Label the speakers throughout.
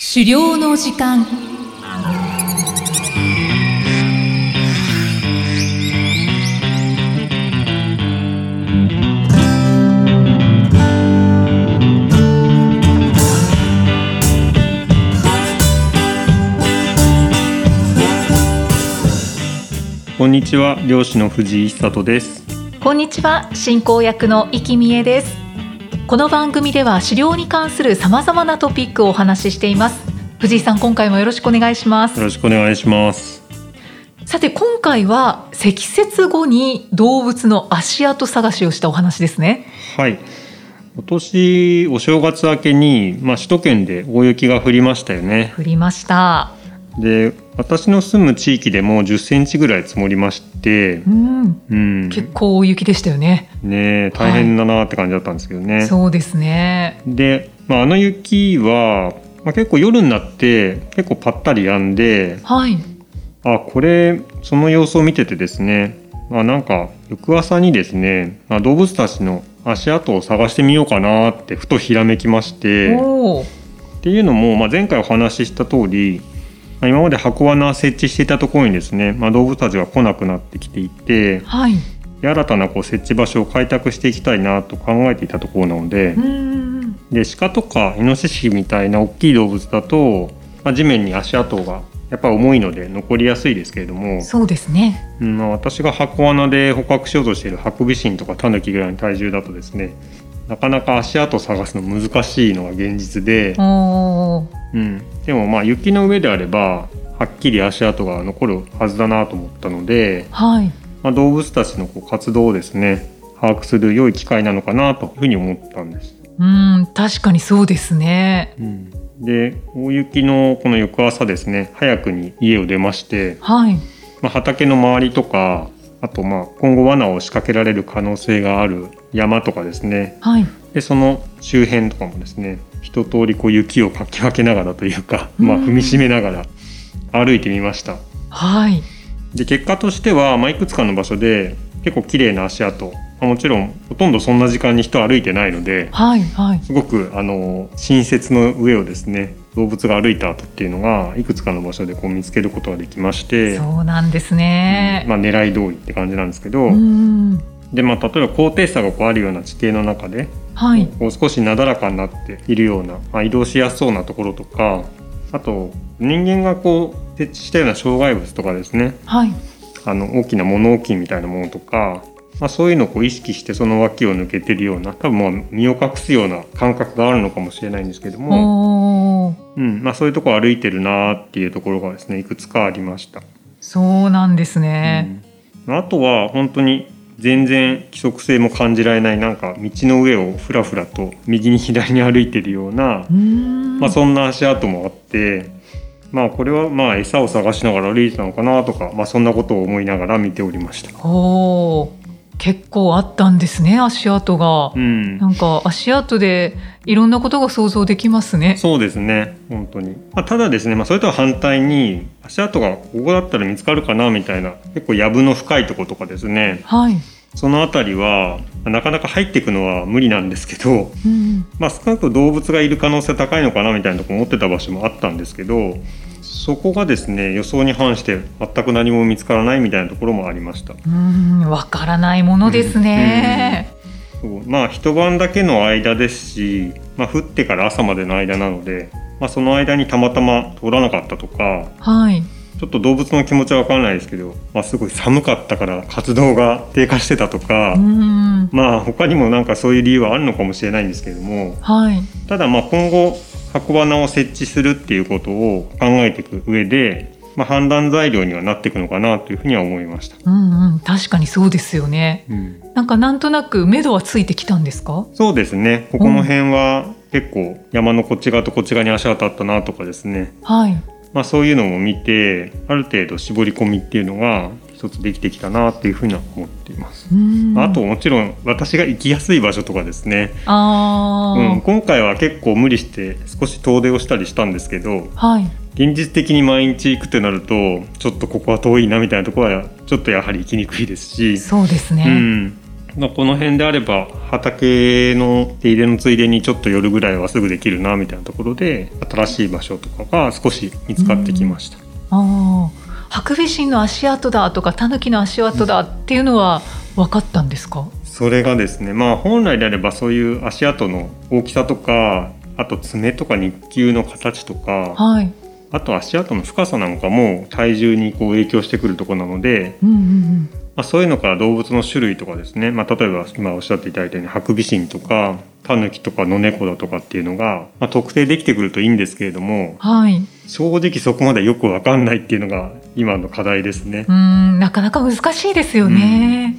Speaker 1: 狩猟の時間
Speaker 2: こんにちは、漁師の藤井久人です。
Speaker 3: こんにちは進行役の生きみえですこの番組では狩猟に関する様々なトピックをお話ししています藤井さん今回もよろしくお願いしま
Speaker 2: よ
Speaker 3: す
Speaker 2: ろしくお願いします。
Speaker 3: さて今回は積雪後に動物の足跡探しをしたお話ですね
Speaker 2: はい。今年お正月明けに、まあ、首都圏で大雪が降りましたよね。
Speaker 3: 振りました
Speaker 2: で、私の住む地域でも10センチぐらい積もりまして
Speaker 3: う、ん、
Speaker 2: うん、
Speaker 3: 結構大雪でしたよね、
Speaker 2: ねえ大変だなって感じだったんですけどね。
Speaker 3: そうですね
Speaker 2: で、まあ、あの雪は、まあ、結構夜になって結構ぱったり止んで、
Speaker 3: はい
Speaker 2: あこれその様子を見ててですね、まあ、なんか翌朝にですね、まあ、動物たちの足跡を探してみようかなってふとひらめきまして
Speaker 3: おお
Speaker 2: っていうのも、まあ、前回お話しした通りまあ今まで箱罠設置していたところにですね、まあ、動物たちが来なくなってきていて
Speaker 3: はい
Speaker 2: で新たなこう設置場所を開拓していきたいなと考えていたところなので
Speaker 3: う,、ん
Speaker 2: で鹿とかイノシシみたいな大きい動物だと、まあ、地面に足跡がやっぱ重いので残りやすいですけれども。
Speaker 3: そうですね
Speaker 2: うんまあ、私が箱穴で捕獲しようとしているハクビシンとかタヌキぐらいの体重だとですねなかなか足跡を探すの難しいのが現実で、
Speaker 3: おお
Speaker 2: うん、でもまあ雪の上であればはっきり足跡が残るはずだなと思ったので、
Speaker 3: はい
Speaker 2: まあ、動物たちのこう活動をですね把握する良い機会なのかなというふうに思ったんです。
Speaker 3: うん確かにそうですね
Speaker 2: うん、で大雪のこの翌朝ですね早くに家を出まして、
Speaker 3: はい
Speaker 2: まあ、畑の周りとかあとまあ今後罠を仕掛けられる可能性がある山とかですね
Speaker 3: はい
Speaker 2: でその周辺とかもですね一通りこう雪をかき分けながらというか、
Speaker 3: うん
Speaker 2: まあ、踏みしめながら歩いてみました
Speaker 3: はい。
Speaker 2: で結果としては、まあ、いくつかの場所で結構綺麗な足跡、まあもちろんほとんどそんな時間に人は歩いてないので
Speaker 3: はい。はい。
Speaker 2: すごくあの新雪の上をですね動物が歩いた後っていうのがいくつかの場所でこう見つけることができまして、
Speaker 3: そうなんですね。
Speaker 2: まあ、狙い通りって感じなんですけど、
Speaker 3: うん。
Speaker 2: でまあ、例えば高低差がこうあるような地形の中で、
Speaker 3: はい。
Speaker 2: こう少しなだらかになっているような、まあ、移動しやすそうなところとかあと人間がこう設置したような障害物とかですね
Speaker 3: はい。
Speaker 2: あの大きな物置みたいなものとか、まあ、そういうのをこう意識してその脇を抜けてるような多分まあ身を隠すような感覚があるのかもしれないんですけども、
Speaker 3: おお。
Speaker 2: うんまあ、そういうとこ歩いてるなーっていうところがですねいくつかありました。
Speaker 3: そうなんですね。
Speaker 2: うんあとは本当に全然規則性も感じられないなんか道の上をふらふらと右に左に歩いてるような、
Speaker 3: うん。
Speaker 2: まあ、そんな足跡もあって、まあ、これはまあ餌を探しながら歩いてたのかなとか、まあ、そんなことを思いながら見ておりました。
Speaker 3: おお。結構あったんですね。足跡が
Speaker 2: う。ん
Speaker 3: なんか足跡でいろんなことが想像できますね。
Speaker 2: そうですね本当に、まあ、ただですね、まあ、それとは反対に足跡がここだったら見つかるかなみたいな結構藪の深いとことかですね
Speaker 3: はい。
Speaker 2: その辺りはなかなか入っていくのは無理なんですけど
Speaker 3: うん。
Speaker 2: まあ、少なくとも動物がいる可能性高いのかなみたいなとこ思ってた場所もあったんですけどそこがですね予想に反して全く何も見つからないみたいなところもありました
Speaker 3: うん。わからないものですね。
Speaker 2: そうまあ一晩だけの間ですし、まあ、降ってから朝までの間なので、まあ、その間にたまたま通らなかったとか
Speaker 3: はい。
Speaker 2: ちょっと動物の気持ちは分からないですけど、まあ、すごい寒かったから活動が低下してたとか、
Speaker 3: うん。
Speaker 2: まあ他にもなんかそういう理由はあるのかもしれないんですけれども
Speaker 3: はい。
Speaker 2: ただまあ今後箱罠を設置するっていうことを考えていく上で、まあ、判断材料にはなっていくのかなというふうには思いました、
Speaker 3: うんうん。確かにそうですよね。なんかなんとなく目処はついてきたんですか。
Speaker 2: そうですねここの辺は結構山のこっち側とこっち側に足が当たったなとかですね、
Speaker 3: はい。
Speaker 2: まあ、そういうのも見てある程度絞り込みっていうのが一つできてきたなというふうには思っています、
Speaker 3: うん
Speaker 2: あともちろん私が行きやすい場所とかですね、
Speaker 3: あ
Speaker 2: う
Speaker 3: ー、
Speaker 2: ん、今回は結構無理して少し遠出をしたりしたんですけど
Speaker 3: はい
Speaker 2: 現実的に毎日行くってなるとちょっとここは遠いなみたいなところはちょっとやはり行きにくいですし、
Speaker 3: そうです
Speaker 2: う
Speaker 3: ね、
Speaker 2: ん、まあこの辺であれば畑の手入れのついでにちょっと夜ぐらいはすぐできるなみたいなところで新しい場所とかが少し見つかってきました。
Speaker 3: ああ、ハクビシンの足跡だとかタヌキの足跡だっていうのは分かったんですか。
Speaker 2: それがですねまあ本来であればそういう足跡の大きさとかあと爪とか肉球の形とか
Speaker 3: はい。
Speaker 2: あと足跡の深さなんかも体重にこう影響してくるところなので、
Speaker 3: うんうん
Speaker 2: まあ、そういうのから動物の種類とかですね、まあ、例えば今おっしゃっていただいたようにハクビシンとかタヌキとかノネコだとかっていうのが、まあ、特定できてくるといいんですけれども
Speaker 3: うん。はい。う
Speaker 2: 正直そこまでよくわかんないっていうのが今の課題ですね
Speaker 3: ー。ん、なかなか難しいですよね。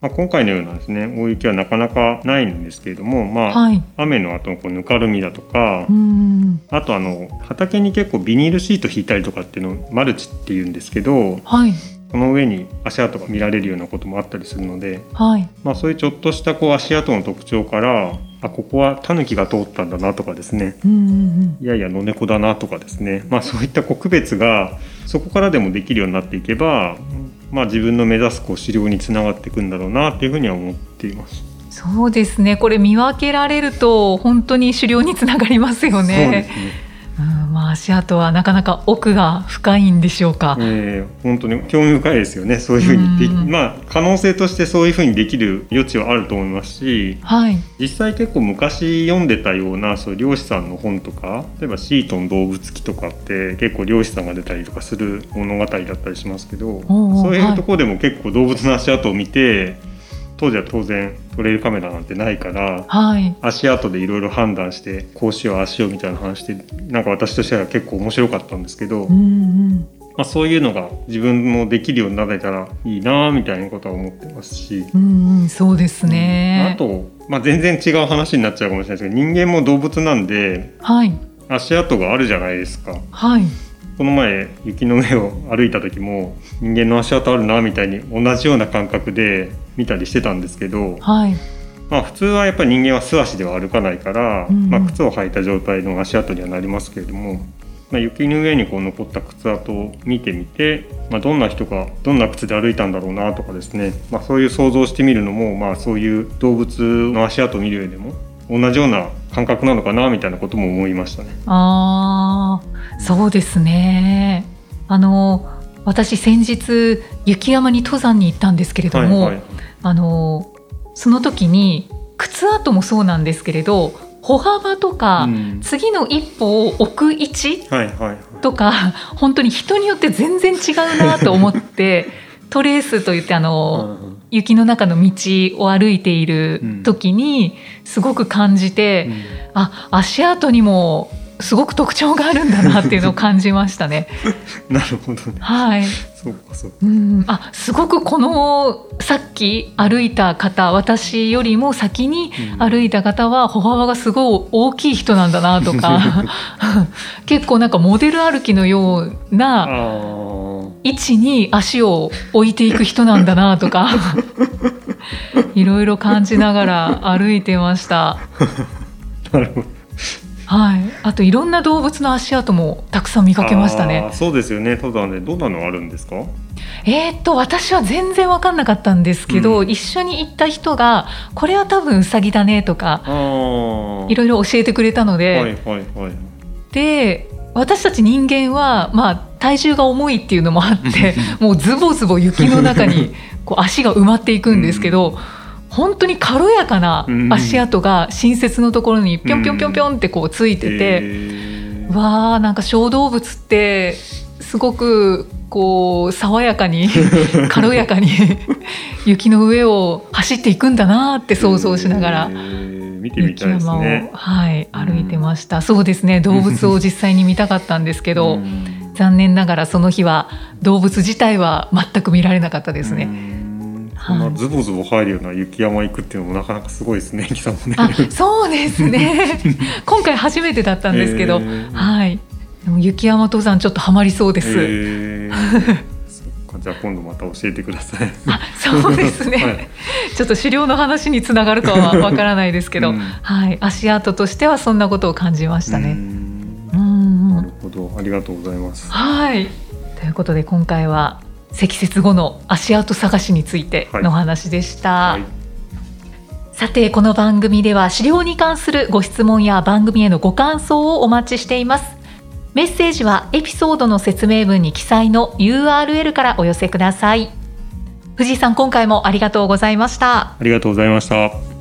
Speaker 2: まあ、今回のようなですね大雪はなかなかないんですけれども、まあ、
Speaker 3: はい。
Speaker 2: 雨の後のこうぬかるみだとか、
Speaker 3: うん。
Speaker 2: あとあの畑に結構ビニールシート引いたりとかっていうのをマルチっていうんですけど
Speaker 3: はい。
Speaker 2: この上に足跡が見られるようなこともあったりするので、
Speaker 3: はい。
Speaker 2: まあ、そういうちょっとしたこう足跡の特徴からあここはタヌキが通ったんだなとかですね
Speaker 3: うんうんうん。
Speaker 2: いやいや野猫だなとかですね、まあ、そういったこう区別がそこからでもできるようになっていけば、まあ、自分の目指すこう資料につながっていくんだろうなっていうふうには思っています。
Speaker 3: そうですね。これ見分けられると本当に狩猟につながりますよ
Speaker 2: そうで
Speaker 3: ね。
Speaker 2: すね
Speaker 3: うん、まあ足跡はなかなか奥が深いんでしょうか。
Speaker 2: えー本当に興味深いですよねそういうふうにでき
Speaker 3: うん
Speaker 2: まあ可能性としてそういうふうにできる余地はあると思いますし
Speaker 3: はい。
Speaker 2: 実際結構昔読んでたようなそういう漁師さんの本とか例えば「シートン動物記」とかって結構漁師さんが出たりとかする物語だったりしますけど
Speaker 3: おうおう
Speaker 2: そうい
Speaker 3: は
Speaker 2: う
Speaker 3: い
Speaker 2: ところでも結構動物の足跡を見て当時は当然トレイルカメラなんてないから
Speaker 3: はい。
Speaker 2: 足跡でいろいろ判断してこうしようああしようみたいな話でなんか私としては結構面白かったんですけど。
Speaker 3: うんうん。
Speaker 2: まあ、そういうのが自分もできるようになれたらいいなみたいなことは思ってますし、
Speaker 3: うんうん、そうです
Speaker 2: あ
Speaker 3: ね。
Speaker 2: と、まあ、全然違う話になっちゃうかもしれないですけど人間も動物なんで
Speaker 3: はい。
Speaker 2: 足跡があるじゃないですか
Speaker 3: はい。
Speaker 2: この前雪の上を歩いた時も人間の足跡あるなみたいに同じような感覚で見たりしてたんですけど、
Speaker 3: はい。
Speaker 2: まあ、普通はやっぱり人間は素足では歩かないから、
Speaker 3: うん
Speaker 2: まあ、靴を履いた状態の足跡にはなりますけれども、まあ、雪の上にこう残った靴跡を見てみて、まあ、どんな人がどんな靴で歩いたんだろうなとかですね、まあ、そういう想像してみるのも、まあ、そういう動物の足跡を見る上でも同じような感覚なのかなみたいなことも思いましたね。
Speaker 3: ああ、そうですね。あの、私先日雪山に登山に行ったんですけれども、
Speaker 2: はいはい
Speaker 3: あのその時に靴跡もそうなんですけれど、歩幅とか、
Speaker 2: うん
Speaker 3: 次の一歩を置く位置
Speaker 2: はいはいはい
Speaker 3: とか、 本当に人によって全然違うなと思 って、トレースといってあの。
Speaker 2: うん
Speaker 3: 雪の中の道を歩いている時にすごく感じて、
Speaker 2: うん
Speaker 3: あ足跡にもすごく特徴があるんだなっていうのを感じました ね。
Speaker 2: なるほどね。
Speaker 3: はい、
Speaker 2: そうかそうか。
Speaker 3: うんあすごくこのさっき歩いた方私よりも先に
Speaker 2: うん
Speaker 3: 歩いた方は歩幅がすごい大きい人なんだなと か結構なんかモデル歩きのような
Speaker 2: あ
Speaker 3: 位置に足を置いていく人なんだなと かいろいろ感じながら歩いてました、
Speaker 2: あ、なるほど。
Speaker 3: はい、あといろんな動物の足跡もたくさん見かけましたね
Speaker 2: あーそうですよね。登山でどんなのあるんですか？
Speaker 3: えーっと私は全然分かんなかったんですけど、
Speaker 2: うん
Speaker 3: 一緒に行った人がこれは多分ウサギだねとか
Speaker 2: ああ。
Speaker 3: いろいろ教えてくれたので、
Speaker 2: はいはいはい。
Speaker 3: で私たち人間は、まあ、体重が重いっていうのもあってもうズボズボ雪の中に こう足が埋まっていくんですけど、本当に軽やかな足跡が新雪のところにぴょんぴょんぴょんぴょんってこうついてて、
Speaker 2: えー
Speaker 3: わあなんか小動物ってすごくこう爽やか に軽やかに雪の上を走っていくんだなって想像しながら
Speaker 2: え。ー見てみ
Speaker 3: 雪
Speaker 2: たいです
Speaker 3: 山を、
Speaker 2: ね。
Speaker 3: はい、歩いてました、そうですね動物を実際に見たかったんですけ
Speaker 2: け
Speaker 3: ど、残念ながらその日は動物自体は全く見られなかったですね。
Speaker 2: ね
Speaker 3: は
Speaker 2: そ
Speaker 3: い
Speaker 2: んなズボズボ入るような雪山行くっていうのもなかなかすごいですね、木さんもね。
Speaker 3: あ、そうです ね。今回初めてだったんですけど、
Speaker 2: はい。
Speaker 3: はい。でも雪山登山ちょっとハマりそうです。
Speaker 2: えーそっかじゃあ今度また教えてください。
Speaker 3: あ、そうですね。
Speaker 2: はい
Speaker 3: ちょっと狩猟の話につながるかはわからないですけど、
Speaker 2: うん
Speaker 3: はい。足跡としてはそんなことを感じました
Speaker 2: う
Speaker 3: ね。
Speaker 2: ん
Speaker 3: うん、うんう
Speaker 2: なんるほど、ありがとうございます。
Speaker 3: はい。ということで今回は積雪後の足跡探しについてのお話でした。
Speaker 2: はい
Speaker 3: さてこの番組では資料に関するご質問や番組へのご感想をお待ちしていますメッセージはエピソードの説明文に記載の URL からお寄せください藤井さん今回もありがとうございました
Speaker 2: ありがとうございました。